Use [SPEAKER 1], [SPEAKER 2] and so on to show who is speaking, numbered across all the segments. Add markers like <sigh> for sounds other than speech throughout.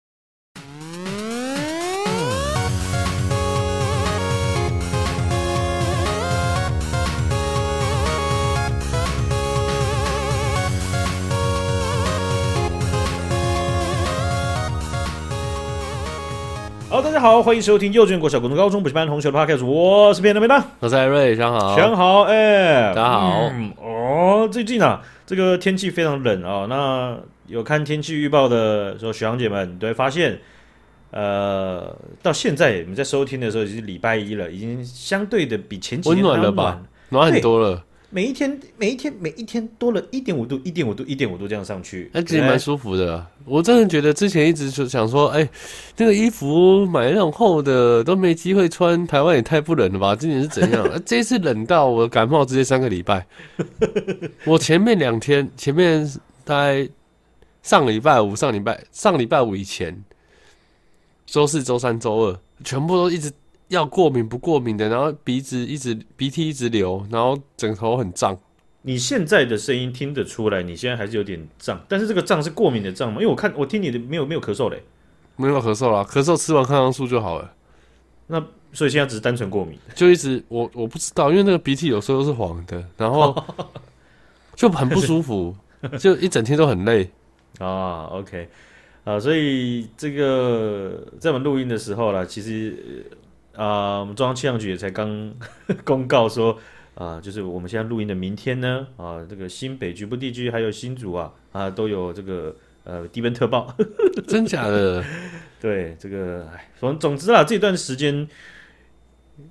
[SPEAKER 1] 嗯好，大家好，欢迎收听幼稚园、国小、国中、高中补习班同学的 podcast，我是片的片当，
[SPEAKER 2] 何赛瑞，上好，
[SPEAKER 1] 想好哎，
[SPEAKER 2] 大家好
[SPEAKER 1] 嗯哦，最近啊，这个天气非常冷啊、那有看天气预报的时候，学长姐们你都会发现，呃，到现在你们在收听的时候已经是礼拜一了，已经相对的比前几年
[SPEAKER 2] 温暖
[SPEAKER 1] 还要
[SPEAKER 2] 了吧暖很多了，
[SPEAKER 1] 每一天，每一天，每一天多了一点五度，一点五度，一点五度这样上去，
[SPEAKER 2] 哎那其实蛮舒服的。我真的觉得之前一直就想说，哎，那个衣服买那种厚的都没机会穿，台湾也太不冷了吧？今年是怎 <laughs> 样？啊这一次冷到我感冒直接三个礼拜。我前面两天，前面大概上礼拜五、上礼拜上礼拜五以前，周四、周三、周二全部都一直要过敏不过敏的，然后鼻子一直鼻涕一直流，然后枕头很胀。
[SPEAKER 1] 你现在的声音听得出来，你现在还是有点胀，但是这个胀是过敏的胀吗？因为我看我听你的没有没有咳嗽嘞，
[SPEAKER 2] 没有咳嗽啦，咳嗽吃完抗生素就好了。
[SPEAKER 1] 所以现在只是单纯过敏。
[SPEAKER 2] 就一直我我不知道，因为那个鼻涕有时候是黄的，
[SPEAKER 1] <laughs>
[SPEAKER 2] 然后就很不舒服，就一整天都很累。
[SPEAKER 1] 啊，OK，啊，所以这个在我们录音的时候啦，其实呃啊、我们中央气象局也才刚 <laughs> 公告说，啊、就是我们现在录音的明天呢，啊、这个新北局部地区还有新竹啊啊、都有这个呃低温特报。 <laughs>
[SPEAKER 2] 真假的？
[SPEAKER 1] 对，这个哎，总总之啦，这段时间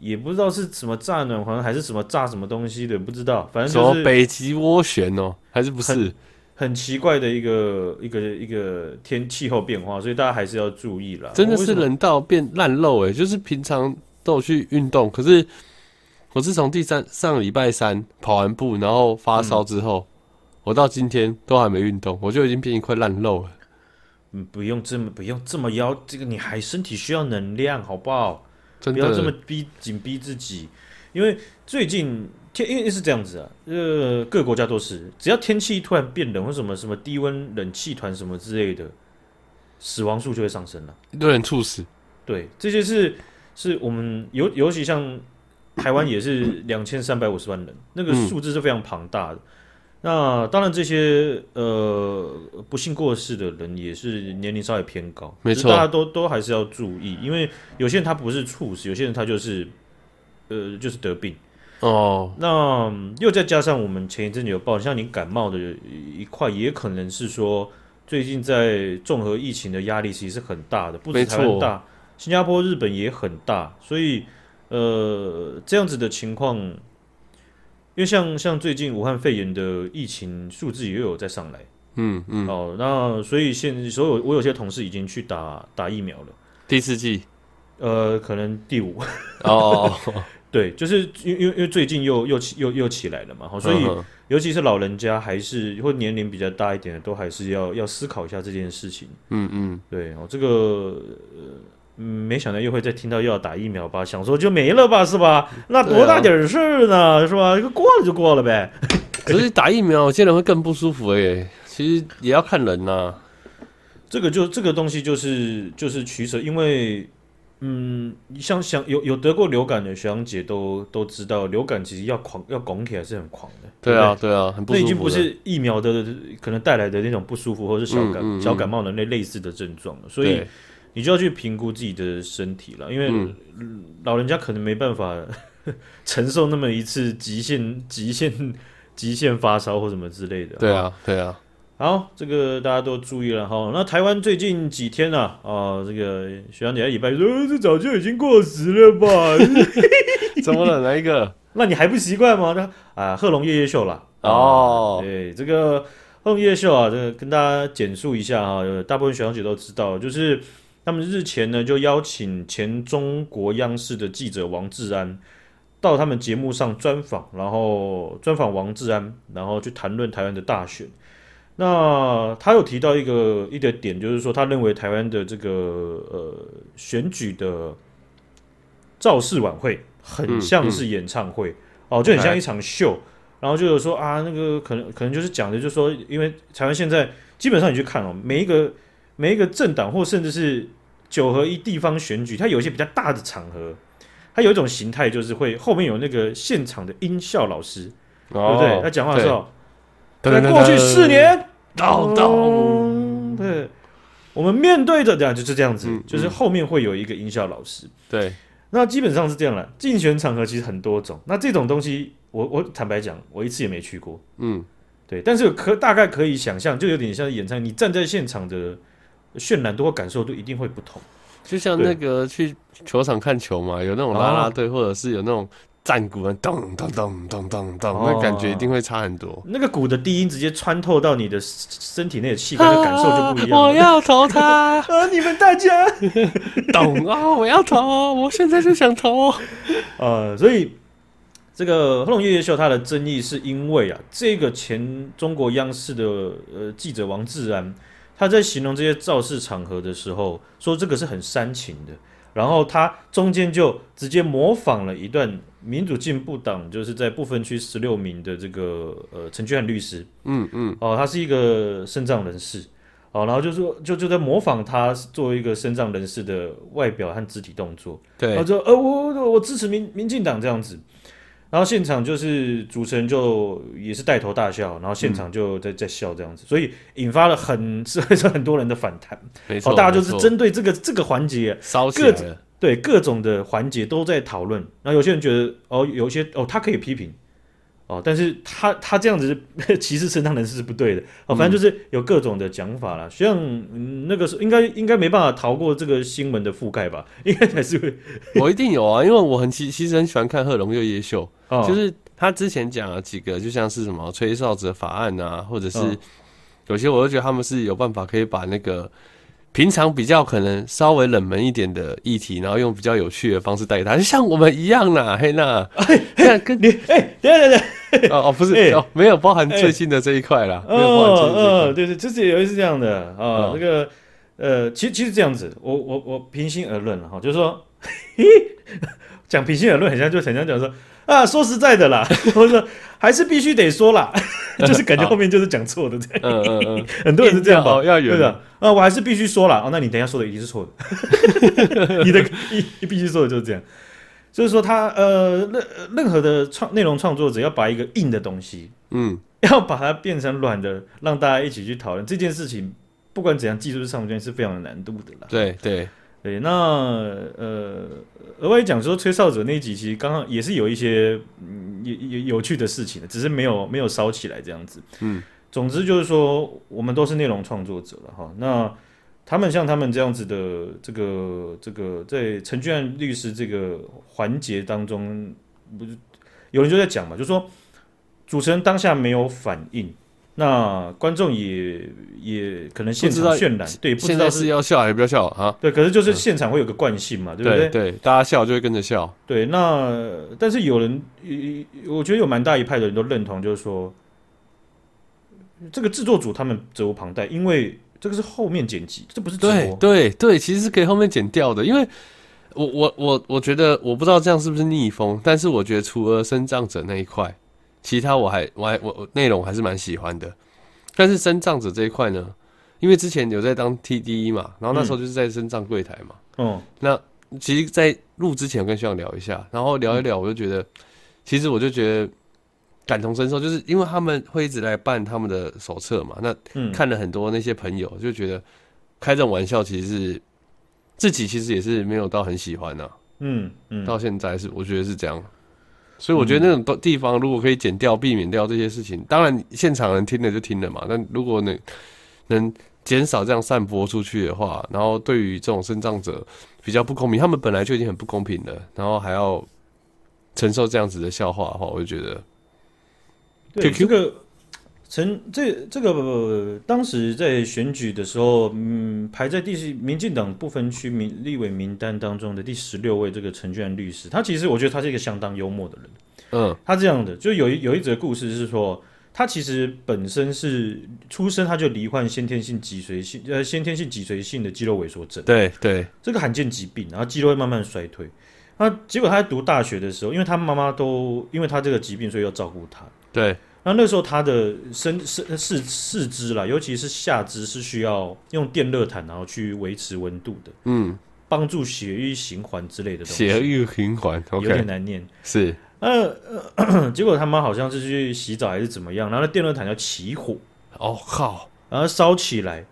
[SPEAKER 1] 也不知道是什么炸暖房还是什么炸什么东西的，不知道，反正
[SPEAKER 2] 什
[SPEAKER 1] 就
[SPEAKER 2] 么
[SPEAKER 1] 是
[SPEAKER 2] 北极涡旋哦，还是不是？
[SPEAKER 1] 很奇怪的一个一个一个天气候变化，所以大家还是要注意啦。
[SPEAKER 2] 真的
[SPEAKER 1] 我啊为
[SPEAKER 2] 是
[SPEAKER 1] 什么
[SPEAKER 2] 冷到变烂肉诶、就是平常都有去运动，可是我自从第三上礼拜三跑完步，然后发烧之后，我到今天都还没运动，我就已经变一块烂肉了。
[SPEAKER 1] 嗯，不用这么不用这么要，这个你还身体需要能量，好不好？
[SPEAKER 2] 真
[SPEAKER 1] 不要这么
[SPEAKER 2] 的，
[SPEAKER 1] 逼紧逼自己，因为最近天因为是这样子啊，呃，各个国家都是，只要天气突然变冷或什么什么低温冷气团什么之类的，死亡数就会上升了。
[SPEAKER 2] 有点猝死。
[SPEAKER 1] 对，这些是是我们尤尤其像台湾也是两千三百五十万人，那个
[SPEAKER 2] 嗯
[SPEAKER 1] 数字是非常庞大的。那当然，这些呃不幸过世的人也是年龄稍微偏高，
[SPEAKER 2] 没
[SPEAKER 1] 只是
[SPEAKER 2] 错
[SPEAKER 1] 大家都都还是要注意，因为有些人他不是猝死，有些人他就是呃就是得病。
[SPEAKER 2] 哦，
[SPEAKER 1] 那嗯又再加上我们前一阵有报，像你感冒的一块，也可能是说最近在综合疫情的压力其实是很大的，不止
[SPEAKER 2] 没
[SPEAKER 1] 台
[SPEAKER 2] 错
[SPEAKER 1] 湾大，新加坡、日本也很大，所以呃这样子的情况，因为像像最近武汉肺炎的疫情数字也有在上来、
[SPEAKER 2] 嗯嗯，
[SPEAKER 1] 哦，那所以现所有我有些同事已经去打打疫苗了，
[SPEAKER 2] 第四季。
[SPEAKER 1] 呃，可能第五， <laughs>
[SPEAKER 2] 哦，
[SPEAKER 1] 对，就是因因为因为最近又又起又又起来了嘛， <laughs> 哦所以。
[SPEAKER 2] 嗯
[SPEAKER 1] 尤其是老人家还是或年龄比较大一点的，都还是要要思考一下这件事情。
[SPEAKER 2] 嗯嗯，
[SPEAKER 1] 对哦，这个呃，没想到又会再听到又要打疫苗吧，想说就没了吧，是吧？那
[SPEAKER 2] 对啊
[SPEAKER 1] 多大点儿事儿呢，是吧？过了就过了呗。
[SPEAKER 2] 可是打疫苗，有些人会更不舒服哎、其实也要看人呐、
[SPEAKER 1] 这个就这个东西就是就是取舍，因为嗯，像像有有得过流感的学长姐都都知道，流感其实要狂要拱起来是很狂的。
[SPEAKER 2] 对啊，对啊，很不
[SPEAKER 1] 那
[SPEAKER 2] 舒
[SPEAKER 1] 已
[SPEAKER 2] 服。
[SPEAKER 1] 经不，是疫苗的可能带来的那种不舒服，或者是小感、
[SPEAKER 2] 嗯嗯嗯
[SPEAKER 1] 小感冒的那类似的症状了，所以
[SPEAKER 2] 对，
[SPEAKER 1] 你就要去评估自己的身体了，因为
[SPEAKER 2] 嗯
[SPEAKER 1] 老人家可能没办法 <laughs> 承受那么一次极限、极限、 <laughs> 极限发烧或什么之类的。
[SPEAKER 2] 对啊，
[SPEAKER 1] <laughs>
[SPEAKER 2] 对啊，
[SPEAKER 1] 好，这个大家都注意了哈。那台湾最近几天啊，哦、这个学长姐在礼拜一说、呃这早就已经过时了吧？ <laughs>
[SPEAKER 2] 怎么了？哪一个？
[SPEAKER 1] 那你还不习惯吗？那啊，贺龙夜夜秀啦。
[SPEAKER 2] 哦
[SPEAKER 1] 对，这个贺龙夜夜秀啊，这个跟大家简述一下啊，有大部分学长姐都知道，就是他们日前呢就邀请前中国央视的记者王志安到他们节目上专访，然后专访王志安，然后去谈论台湾的大选。那他有提到一个一个点，就是说他认为台湾的这个呃选举的造势晚会很
[SPEAKER 2] 嗯
[SPEAKER 1] 像
[SPEAKER 2] 嗯
[SPEAKER 1] 是演唱会、哦，就很像
[SPEAKER 2] OK
[SPEAKER 1] 一场秀。然后就有说啊，那个可能可能就是讲的，就是说，因为台湾现在基本上你去看哦，每一个每一个政党或甚至是九合一地方选举，它有一些比较大的场合，它有一种形态就是会后面有那个现场的音效老师，
[SPEAKER 2] 哦，
[SPEAKER 1] 对不对？他讲话的时候，
[SPEAKER 2] 对
[SPEAKER 1] 在过去四，年，
[SPEAKER 2] 咚咚，
[SPEAKER 1] 对，我们面对着，对啊，就是这样子，
[SPEAKER 2] 嗯
[SPEAKER 1] 就是后面会有一个音效老师。
[SPEAKER 2] 对，
[SPEAKER 1] 那基本上是这样了。竞选场合其实很多种，那这种东西，我我坦白讲，我一次也没去过。
[SPEAKER 2] 嗯，
[SPEAKER 1] 对，但是可大概可以想象，就有点像演唱，你站在现场的渲染度或感受度一定会不同。
[SPEAKER 2] 就像那个去球场看球嘛，有那种啦啦队，或者是有那种战鼓，咚咚咚咚咚咚，
[SPEAKER 1] 哦
[SPEAKER 2] 那感觉一定会差很多。
[SPEAKER 1] 那个鼓的低音直接穿透到你的身体内的器官的感受就不一
[SPEAKER 2] 啊我
[SPEAKER 1] 样了。，
[SPEAKER 2] 要投他
[SPEAKER 1] <laughs> 啊，你们大家，
[SPEAKER 2] 懂啊！我要投，我现在就想投。
[SPEAKER 1] 呃，所以这个《黑龙夜夜秀》它的争议是因为啊，这个前中国央视的呃记者王志安，他在形容这些造势场合的时候，说这个是很煽情的，然后他中间就直接模仿了一段民主进步党就是在不分区十六名的这个呃陈俊翰律师，
[SPEAKER 2] 嗯嗯，
[SPEAKER 1] 哦，他是一个身障人士，哦，然后就说就就在模仿他作为一个身障人士的外表和肢体动作，他
[SPEAKER 2] 对，
[SPEAKER 1] 说呃我我我支持民民进党这样子，然后现场就是主持人就也是带头大笑，然后
[SPEAKER 2] 嗯
[SPEAKER 1] 现场就在、在笑这样子，所以引发了很 <laughs> 社会上很多人的反弹，
[SPEAKER 2] 没错，
[SPEAKER 1] 哦，大家就是
[SPEAKER 2] 没错
[SPEAKER 1] 针对这个这个环节，
[SPEAKER 2] 烧起来
[SPEAKER 1] 各
[SPEAKER 2] 了。
[SPEAKER 1] 对各种的环节都在讨论，然后有些人觉得哦有些哦他可以批评。哦，但是他他这样子是 <laughs> 歧视身障人士是不对的哦，反正
[SPEAKER 2] 嗯
[SPEAKER 1] 就是有各种的讲法啦。像、嗯、那个时候应该应该没办法逃过这个新闻的覆盖吧，应该还是会
[SPEAKER 2] 我一定有啊，因为我很其其实很喜欢看贺龙夜夜秀，
[SPEAKER 1] 哦，
[SPEAKER 2] 就是他之前讲了几个，就像是什么吹哨者法案啊，或者是
[SPEAKER 1] 嗯
[SPEAKER 2] 有些我就觉得他们是有办法可以把那个平常比较可能稍微冷门一点的议题，然后用比较有趣的方式带给他，就像我们一样啦，嘿那，那跟
[SPEAKER 1] 你哎、等一下等一下，
[SPEAKER 2] 哦哦不是
[SPEAKER 1] 哎
[SPEAKER 2] 哦，没有包含
[SPEAKER 1] 哎
[SPEAKER 2] 最近的这一块啦，没有包含最近这一块
[SPEAKER 1] 哦，嗯，对对，就是有一次这样的啊，那
[SPEAKER 2] 嗯
[SPEAKER 1] 个呃，其实其实这样子，我我我平心而论了哈，就是说， <laughs> 讲平心而论，很像就很像讲说啊，说实在的啦， <laughs> 我说还是必须得说啦， <laughs> 就是感
[SPEAKER 2] 啊
[SPEAKER 1] 觉后面就是讲错的，这 <laughs> 样
[SPEAKER 2] 嗯嗯嗯，
[SPEAKER 1] 很多人是这样吧
[SPEAKER 2] 哦，？要
[SPEAKER 1] 对
[SPEAKER 2] 有
[SPEAKER 1] 的，啊，我还是必须说了哦，那你等一下说的一定是错的， <laughs> 你的一一必须说的就是这样，就是说他呃任任何的创内容创作者要把一个硬的东西，
[SPEAKER 2] 嗯，
[SPEAKER 1] <laughs> 要把它变成软的，让大家一起去讨论这件事情，不管怎样，技术上面是非常有难度的啦。
[SPEAKER 2] 对对，
[SPEAKER 1] 对，那呃，额外讲说吹哨者那一集，其实刚刚也是有一些嗯有有有趣的事情的，只是没有没有烧起来这样子。
[SPEAKER 2] 嗯，
[SPEAKER 1] 总之就是说，我们都是内容创作者了哈。那他们像他们这样子的这个这个在陈俊安律师这个环节当中，不是有人就在讲嘛，就说主持人当下没有反应。那观众也也可能现场
[SPEAKER 2] 不知
[SPEAKER 1] 渲染，对，不知
[SPEAKER 2] 现
[SPEAKER 1] 道
[SPEAKER 2] 在
[SPEAKER 1] 是
[SPEAKER 2] 是要笑还是不要笑啊？
[SPEAKER 1] 对，可是就是现场会有个惯性嘛，对不
[SPEAKER 2] 对
[SPEAKER 1] 对？
[SPEAKER 2] 对，大家笑就会跟着笑，
[SPEAKER 1] 对，那但是有人，呃我觉得有蛮大一派的人都认同，就是说这个制作组他们责无旁贷，因为这个是后面剪辑，这不是直
[SPEAKER 2] 对
[SPEAKER 1] 播。
[SPEAKER 2] 对对，其实是可以后面剪掉的，因为我我我我觉得我不知道这样是不是逆风，但是我觉得除了生长者那一块，其他我还我还我我内容还是蛮喜欢的，但是生长者这一块呢，因为之前有在当 TDE 嘛，然后那时候就是在生长柜台嘛，
[SPEAKER 1] 嗯
[SPEAKER 2] 那其实，在录之前我跟学长聊一下，然后聊一聊，我就觉得，其实我就觉得感同身受，就是因为他们会一直来办他们的手册嘛，那
[SPEAKER 1] 嗯，
[SPEAKER 2] 看了很多那些朋友，就觉得开这种玩笑其实是自己其实也是没有到很喜欢呐、
[SPEAKER 1] 嗯嗯，
[SPEAKER 2] 到现在是我觉得是这样。所以我觉得那种都地方如果可以减掉、避免掉这些事情，当然现场人听了就听了嘛。但如果能能减少这样散播出去的话，然后对于这种生长者比较不公平，他们本来就已经很不公平了，然后还要承受这样子的笑话的话，我就觉得
[SPEAKER 1] 对
[SPEAKER 2] QQ
[SPEAKER 1] 这个陈这这个、呃当时在选举的时候，嗯，排在第十民进党不分区民立委名单当中的第十六位这个陈俊安律师，他其实我觉得他是一个相当幽默的人。
[SPEAKER 2] 嗯
[SPEAKER 1] 他这样的，就有一有一则故事是说，他其实本身是出生他就罹患先天性脊髓性呃先天性脊髓性的肌肉萎缩症，
[SPEAKER 2] 对对
[SPEAKER 1] 这个罕见疾病，然后肌肉会慢慢衰退。那结果他在读大学的时候，因为他妈妈都因为他这个疾病，所以要照顾他。
[SPEAKER 2] 对
[SPEAKER 1] 然后那时候他的身身四四肢啦，尤其是下肢是需要用电热毯然后去维持温度的，
[SPEAKER 2] 嗯，
[SPEAKER 1] 帮助血液循环之类的东西，
[SPEAKER 2] 血液循环
[SPEAKER 1] 有点
[SPEAKER 2] ，OK
[SPEAKER 1] 难念。
[SPEAKER 2] 是
[SPEAKER 1] 呃，呃 <clears throat> 结果他妈好像是去洗澡还是怎么样，然后那电热毯要起火，
[SPEAKER 2] 哦靠，
[SPEAKER 1] 然后烧起来，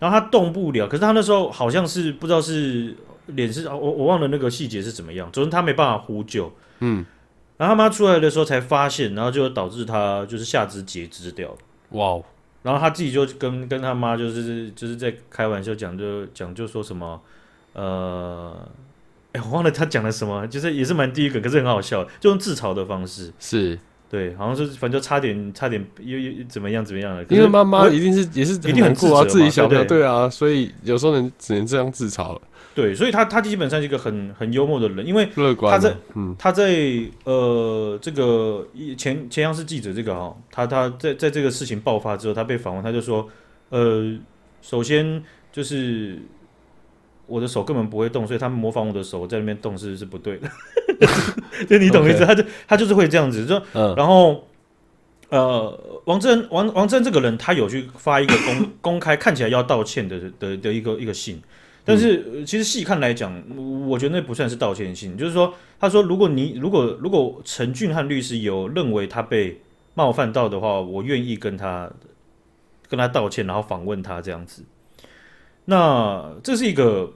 [SPEAKER 1] 然后他动不了，可是他那时候好像是不知道是脸是我我忘了那个细节是怎么样，总之他没办法呼救，
[SPEAKER 2] 嗯，
[SPEAKER 1] 然后他妈出来的时候才发现，然后就导致他就是下肢截肢掉了。
[SPEAKER 2] 哇哦，
[SPEAKER 1] 然后他自己就跟跟他妈就是就是在开玩笑讲就讲就说什么，呃，哎，我忘了他讲了什么，就是也是蛮地狱梗，可是很好笑，就用自嘲的方式，
[SPEAKER 2] 是
[SPEAKER 1] 对，好像是反正就差点差点又又怎么样怎么样了，可是
[SPEAKER 2] 因为妈妈
[SPEAKER 1] 我
[SPEAKER 2] 一定是也是
[SPEAKER 1] 一定很
[SPEAKER 2] 难过
[SPEAKER 1] 自责
[SPEAKER 2] 啊，
[SPEAKER 1] 嘛
[SPEAKER 2] 自己小朋友
[SPEAKER 1] 对不
[SPEAKER 2] 对啊，所以有时候能只能这样自嘲了，
[SPEAKER 1] 对，所以他他基本上是一个很很幽默的人，因为
[SPEAKER 2] 乐观啊。
[SPEAKER 1] 他这
[SPEAKER 2] 嗯，
[SPEAKER 1] 他在呃这个一前前央视记者这个哈、他他在在这个事情爆发之后，他被访问，他就说，呃，首先就是我的手根本不会动，所以他们模仿我的手在那边动是是不对
[SPEAKER 2] <laughs>
[SPEAKER 1] 的， <laughs> 就你懂
[SPEAKER 2] OK
[SPEAKER 1] 意思？他就他就是会这样子，就
[SPEAKER 2] 嗯
[SPEAKER 1] 然后。呃，王振王王振这个人，他有去发一个
[SPEAKER 2] <coughs>
[SPEAKER 1] 公公开看起来要道歉的的的一个一个信，但是、
[SPEAKER 2] 嗯
[SPEAKER 1] 呃其实细看来讲，我觉得那不算是道歉信，就是说他说：“如果你如果如果陈俊翰律师有认为他被冒犯到的话，我愿意跟他跟他道歉，然后访问他这样子。那这是一个，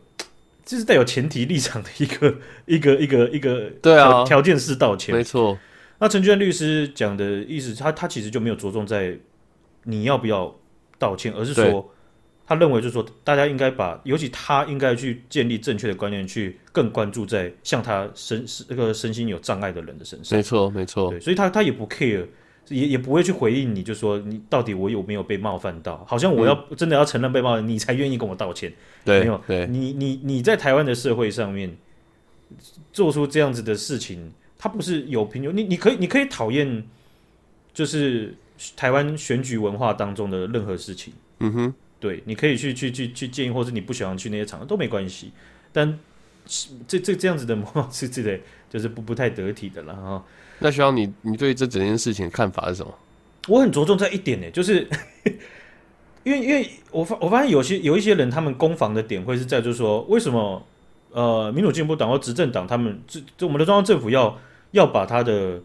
[SPEAKER 1] 这是带有前提立场的一个一个一个一个
[SPEAKER 2] 对啊
[SPEAKER 1] 条条件式道歉。
[SPEAKER 2] 没错，
[SPEAKER 1] 那陈俊翰律师讲的意思，他他其实就没有着重在你要不要道歉，而是
[SPEAKER 2] 对
[SPEAKER 1] 说他认为就是说大家应该把，尤其他应该去建立正确的观念，去更关注在像他身那个身心有障碍的人的身上。
[SPEAKER 2] 没错，没错，
[SPEAKER 1] 对，所以他他也不 care，也也不会去回应你，就说你到底我有没有被冒犯到？好像我要、
[SPEAKER 2] 嗯
[SPEAKER 1] 真的要承认被冒犯，你才愿意跟我道歉。没
[SPEAKER 2] 对
[SPEAKER 1] 有
[SPEAKER 2] 对，
[SPEAKER 1] 你你你在台湾的社会上面做出这样子的事情，他不是有评论，你你可以你可以讨厌，就是台湾选举文化当中的任何事情，
[SPEAKER 2] 嗯哼，
[SPEAKER 1] 对，你可以去去去去建议，或是你不喜欢去那些场合都没关系，但这这这样子的模仿 <laughs> 是这个就是不不太得体的了哈。
[SPEAKER 2] 那希望你你对这整件事情的看法是什么？
[SPEAKER 1] 我很着重在一点呢，就是 <laughs> 因为因为我发我发现有些有一些人他们攻防的点会是在就是说为什么呃民主进步党或执政党他们这这我们的中央政府要要把他的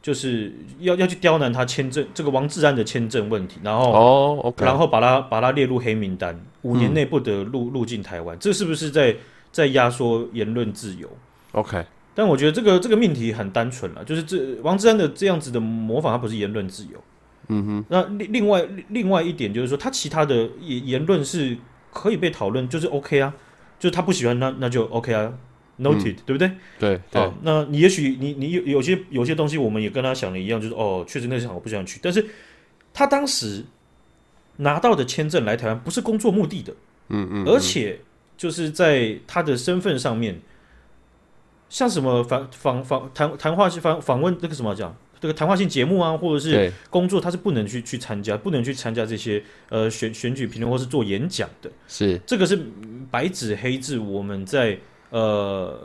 [SPEAKER 1] 就是要要去刁难他签证这个王志安的签证问题，然后、
[SPEAKER 2] 哦，OK，嗯
[SPEAKER 1] 然后把他把他列入黑名单，五年内不得入入境台湾，这是不是在在压缩言论自由？
[SPEAKER 2] OK，
[SPEAKER 1] 但我觉得这个这个命题很单纯了，就是这王志安的这样子的模仿，它不是言论自由。
[SPEAKER 2] 嗯哼，
[SPEAKER 1] 那另另外另外一点就是说，他其他的言言论是可以被讨论，就是 OK 啊，就是他不喜欢那那就 OK 啊，noted，、对不对？
[SPEAKER 2] 对嗯对
[SPEAKER 1] 好，那你也许你你有有些有些东西，我们也跟他想的一样，就是哦，确实那场我不想去，但是他当时拿到的签证来台湾不是工作目的的，
[SPEAKER 2] 嗯嗯，
[SPEAKER 1] 而且就是在他的身份上面，像什么访访访谈谈话是访访问那个什么讲这个谈话性节目啊，或者是
[SPEAKER 2] 对
[SPEAKER 1] 工作，他是不能去去参加，不能去参加这些呃选选举评论或是做演讲的。
[SPEAKER 2] 是
[SPEAKER 1] 这个是嗯白纸黑字，我们在呃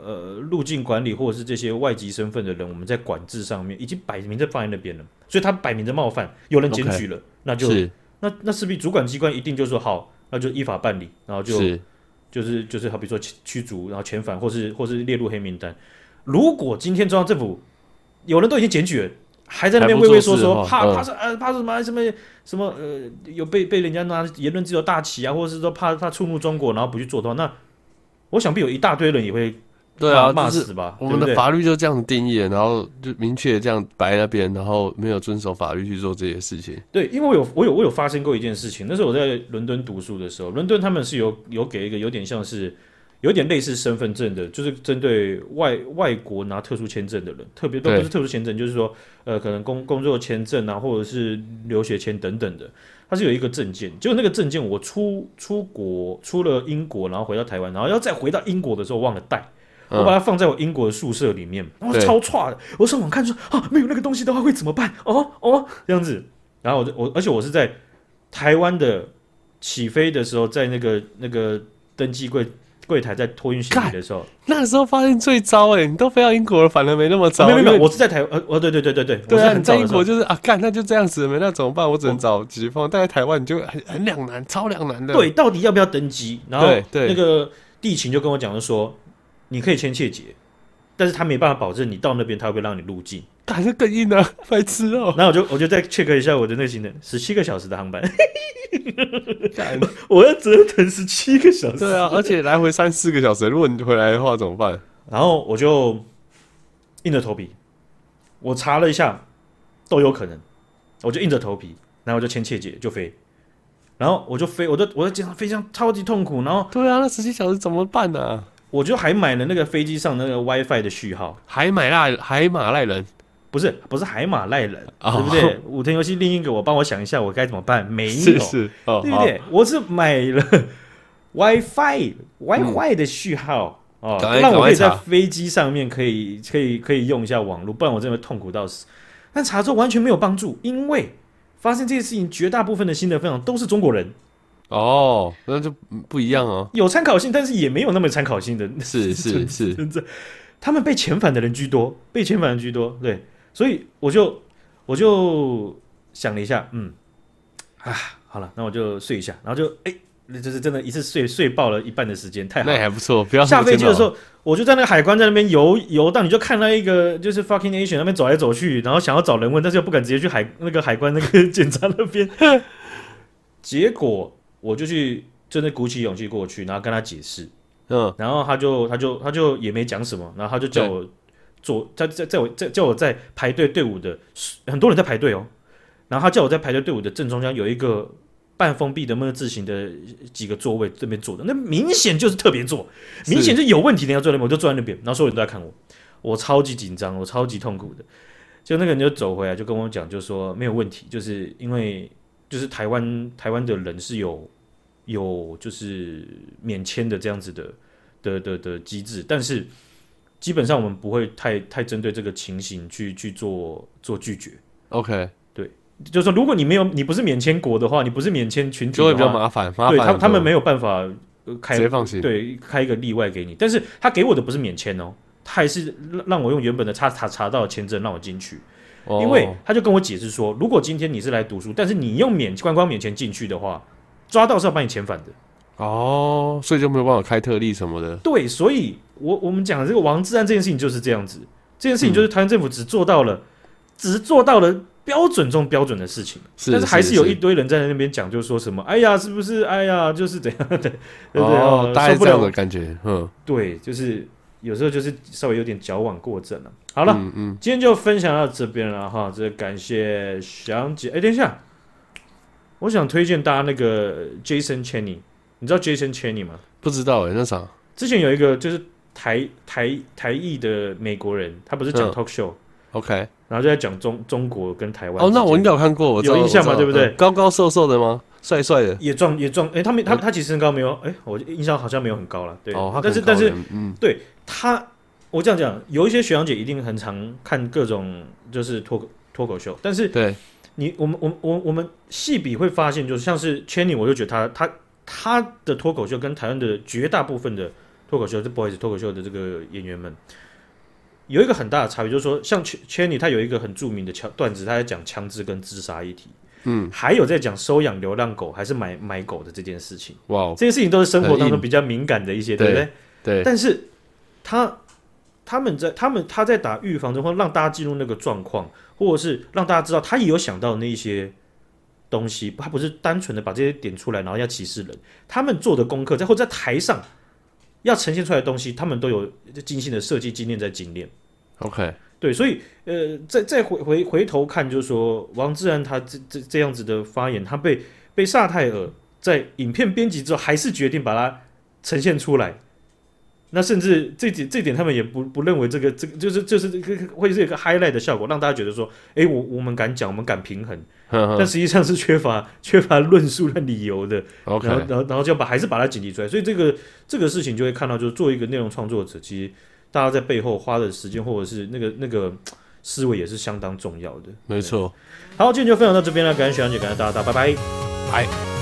[SPEAKER 1] 呃入境管理或者是这些外籍身份的人，我们在管制上面已经摆明在放在那边了，所以他摆明在冒犯，有人检举了那就是那那势必主管机关一定就说好，那就依法办理，然后就是就是就是好比说驱驱逐，然后遣返，或是或是列入黑名单。如果今天中央政府有人都已经检举了，还在那边
[SPEAKER 2] 还不
[SPEAKER 1] 畏
[SPEAKER 2] 做
[SPEAKER 1] 畏缩
[SPEAKER 2] 事
[SPEAKER 1] 缩，
[SPEAKER 2] 哦
[SPEAKER 1] 怕
[SPEAKER 2] 嗯
[SPEAKER 1] 怕是呃怕是什么什么什么呃有被被人家拿言论自由大旗啊，或者是说怕怕触怒中国，然后不去做的话，那我想必有一大堆人也会
[SPEAKER 2] 对啊，
[SPEAKER 1] 骂骂
[SPEAKER 2] 就是
[SPEAKER 1] 死吧，
[SPEAKER 2] 我
[SPEAKER 1] 对
[SPEAKER 2] 们
[SPEAKER 1] 不
[SPEAKER 2] 的
[SPEAKER 1] 对？
[SPEAKER 2] 法律就这样定义了，然后就明确这样摆在那边，然后没有遵守法律去做这些事情。
[SPEAKER 1] 对，因为我有我有我有发生过一件事情，那时候我在伦敦读书的时候，伦敦他们是有有给一个有点像是。有点类似身份证的，就是针对外外国拿特殊签证的人，特别都
[SPEAKER 2] 对
[SPEAKER 1] 不是特殊签证，就是说，呃，可能工工作签证啊，或者是留学签等等的，它是有一个证件。就那个证件，我出出国，出了英国，然后回到台湾，然后要再回到英国的时候忘了带，我把
[SPEAKER 2] 嗯，
[SPEAKER 1] 它放在我英国的宿舍里面，然后
[SPEAKER 2] 对
[SPEAKER 1] 超差的。我上网看说啊，没有那个东西的话会怎么办？哦哦，这样子。然后我就我，而且我是在台湾的起飞的时候，在那个那个登记柜柜台在托运行李的时候，
[SPEAKER 2] 那时候发现最糟哎、你都飞到英国了，反而没那么糟。
[SPEAKER 1] 没有没有没有，
[SPEAKER 2] 因为
[SPEAKER 1] 我是在台呃哦对对对对对，
[SPEAKER 2] 对
[SPEAKER 1] 我是
[SPEAKER 2] 啊，
[SPEAKER 1] 很
[SPEAKER 2] 你
[SPEAKER 1] 早
[SPEAKER 2] 在
[SPEAKER 1] 的
[SPEAKER 2] 英
[SPEAKER 1] 时候
[SPEAKER 2] 国就是啊，干那就这样子了没，那怎么办？我只能找疾风。但在台湾你就很很两难，超两难的。
[SPEAKER 1] 哦对，到底要不要登机？然后
[SPEAKER 2] 对对
[SPEAKER 1] 那个地勤就跟我讲就说，你可以签切结，但是他没办法保证你到那边他会不会让你入境。
[SPEAKER 2] 打那更硬啊， <laughs> 白痴哦、
[SPEAKER 1] 然后我就我就再 check 一下我的那个行程，十七个小时的航班， <laughs>
[SPEAKER 2] 干
[SPEAKER 1] 我要折腾十七个小时。
[SPEAKER 2] 对 <laughs> 啊，而且来回三四个小时，如果你回来的话怎么办？
[SPEAKER 1] 然后我就硬着头皮，我查了一下，都有可能，我就硬着头皮，然后我就签切结就飞，然后我就飞，我就我在机上飞机上超级痛苦，然后
[SPEAKER 2] 对啊，那十七小时怎么办呢、啊？
[SPEAKER 1] 我就还买了那个飞机上那个 WiFi 的序号，
[SPEAKER 2] 海马赖海马赖人
[SPEAKER 1] 不是不是海马赖人，对
[SPEAKER 2] 哦
[SPEAKER 1] 不对？五天游戏另一个我帮我想一下我该怎么办，没有，
[SPEAKER 2] 是是哦，
[SPEAKER 1] 对不
[SPEAKER 2] 好嗯
[SPEAKER 1] 对？我是买
[SPEAKER 2] <laughs>
[SPEAKER 1] 了 WiFi WiFi 的序号、哦
[SPEAKER 2] 赶快，
[SPEAKER 1] 让我可以在
[SPEAKER 2] 赶快查
[SPEAKER 1] 飞机上面可以可以可以用一下网络，不然我真的痛苦到死。但查之后完全没有帮助，因为发生这些事情，绝大部分的新的分享都是中国人，
[SPEAKER 2] 哦，那就不一样哦。
[SPEAKER 1] 有参考性，但是也没有那么参考性的。
[SPEAKER 2] 是是是，
[SPEAKER 1] 真的，他们被遣返的人居多，被遣返的人居多，对，所以我就我就想了一下，嗯，啊，好了，那我就睡一下，然后就哎、就是真的一次睡睡爆了一半的时间，太好
[SPEAKER 2] 那也
[SPEAKER 1] 了。
[SPEAKER 2] 还不错。不要
[SPEAKER 1] 下飞机的时
[SPEAKER 2] 候，
[SPEAKER 1] 候，我就在那个海关在那边游游荡，你就看到一个就是 fucking Asian 那边走来走去，然后想要找人问，但是又不敢直接去海那个海关那个 <laughs> 检查那边。结果我就去真的鼓起勇气过去，然后跟他解释，
[SPEAKER 2] 嗯，
[SPEAKER 1] 然后他就他就他就也没讲什么，然后他就叫我左，他在在我在叫我在排队队伍的很多人在排队哦，然后他叫我在排队队伍的正中央有一个半封闭的么字形的几个座位这边坐的，那明显就是特别座，
[SPEAKER 2] 是
[SPEAKER 1] 明显就有问题的要坐在那边，我就坐在那边，然后所有人都在看我，我超级紧张，我超级痛苦的。就那个人就走回来，就跟我讲，就说没有问题，就是因为就是台湾台湾的人是有有就是免签的这样子的的的的机制，但是基本上我们不会太太针对这个情形去去做做拒绝。
[SPEAKER 2] OK，
[SPEAKER 1] 就是说，如果你没有你不是免签国的话，你不是免签群体的
[SPEAKER 2] 就
[SPEAKER 1] 话，
[SPEAKER 2] 会比较麻烦，麻烦
[SPEAKER 1] 对他
[SPEAKER 2] 很多
[SPEAKER 1] 他们没有办法呃开
[SPEAKER 2] 直接放行。
[SPEAKER 1] 对开一个例外给你，但是他给我的不是免签哦，他还是让让我用原本的查查查到的签证让我进去。
[SPEAKER 2] 哦，
[SPEAKER 1] 因为他就跟我解释说，如果今天你是来读书，但是你用免观光免钱进去的话，抓到是要把你遣返的。
[SPEAKER 2] 哦，所以就没有办法开特例什么的。
[SPEAKER 1] 对，所以我我们讲的这个王志安这件事情就是这样子，这件事情
[SPEAKER 2] 嗯
[SPEAKER 1] 就是台湾政府只做到了，只做到了标准中标准的事情，
[SPEAKER 2] 是，
[SPEAKER 1] 但是还是有一堆人在那边讲，就说什么，哎呀，是不是，哎呀，就是怎样的， <laughs> 对对对，
[SPEAKER 2] 哦，大概
[SPEAKER 1] 受
[SPEAKER 2] 是
[SPEAKER 1] 不
[SPEAKER 2] 这样的
[SPEAKER 1] 了，
[SPEAKER 2] 感觉。嗯，
[SPEAKER 1] 对，就是有时候就是稍微有点矫枉过正了、好了，
[SPEAKER 2] 嗯嗯，
[SPEAKER 1] 今天就分享到这边了哈，这感谢祥姐。哎，等一下，我想推荐大家那个 Jason Cheney，你知道 Jason Cheney 吗？
[SPEAKER 2] 不知道哎，那啥，
[SPEAKER 1] 之前有一个就是台台台裔的美国人，他不是讲
[SPEAKER 2] 嗯
[SPEAKER 1] talk show，、
[SPEAKER 2] OK，
[SPEAKER 1] 然后就在讲中中国跟台湾之
[SPEAKER 2] 哦，
[SPEAKER 1] 间。
[SPEAKER 2] 那我应该有看过，我知道
[SPEAKER 1] 有印象嘛
[SPEAKER 2] 我知
[SPEAKER 1] 对
[SPEAKER 2] 道
[SPEAKER 1] 不对
[SPEAKER 2] 嗯高高瘦瘦的吗？帅帅的。
[SPEAKER 1] 也撞也撞，哎，他没他
[SPEAKER 2] 我
[SPEAKER 1] 他其实身高没有，哎，我印象好像没有很高了，对，
[SPEAKER 2] 哦，他
[SPEAKER 1] 但是
[SPEAKER 2] 可能
[SPEAKER 1] 但
[SPEAKER 2] 高
[SPEAKER 1] 是
[SPEAKER 2] 人，嗯，
[SPEAKER 1] 他，我这样讲，有一些学长姐一定很常看各种就是脱口脱口秀，但是
[SPEAKER 2] 对，
[SPEAKER 1] 你我们我们我我们细比会发现，就是像是 Cheney，我就觉得他他他的脱口秀跟台湾的绝大部分的脱口秀，这不好意思，脱口秀的这个演员们有一个很大的差别，就是说像 Ch- Cheney 他有一个很著名的枪段子，他在讲枪支跟自杀议题，
[SPEAKER 2] 嗯，
[SPEAKER 1] 还有在讲收养流浪狗还是买买狗的这件事情，
[SPEAKER 2] 哇哦，
[SPEAKER 1] 这些事情都是生活当
[SPEAKER 2] 很
[SPEAKER 1] 中
[SPEAKER 2] 硬
[SPEAKER 1] 比较敏感的一些，对
[SPEAKER 2] 对
[SPEAKER 1] 不对？
[SPEAKER 2] 对，
[SPEAKER 1] 但是他他们在他们他在打预防针，或让大家进入那个状况，或者是让大家知道他也有想到那一些东西，他不是单纯的把这些点出来，然后要歧视人。他们做的功课，在或者在台上要呈现出来的东西，他们都有精心的设计经验在精炼。
[SPEAKER 2] OK，
[SPEAKER 1] 对，所以呃，再再回回回头看，就是说王志安他这这这样子的发言，他被被萨泰尔在影片编辑之后，还是决定把它呈现出来。那甚至这点这点，他们也不不认为这个这个就是就是这个会是一个 highlight 的效果，让大家觉得说，诶，我我们敢讲，我们敢平衡，
[SPEAKER 2] 哼
[SPEAKER 1] 但
[SPEAKER 2] 哼
[SPEAKER 1] 实际上是缺乏缺乏论述和理由的。
[SPEAKER 2] <laughs> ，OK，
[SPEAKER 1] 然后然后然后就把还是把它剪辑出来，所以这个这个事情就会看到，就是做一个内容创作者，其实大家在背后花的时间或者是那个那个思维也是相当重要的。
[SPEAKER 2] 没错。
[SPEAKER 1] 好，今天就分享到这边了，感谢小杨姐，感谢大家，大家拜拜。
[SPEAKER 2] 拜。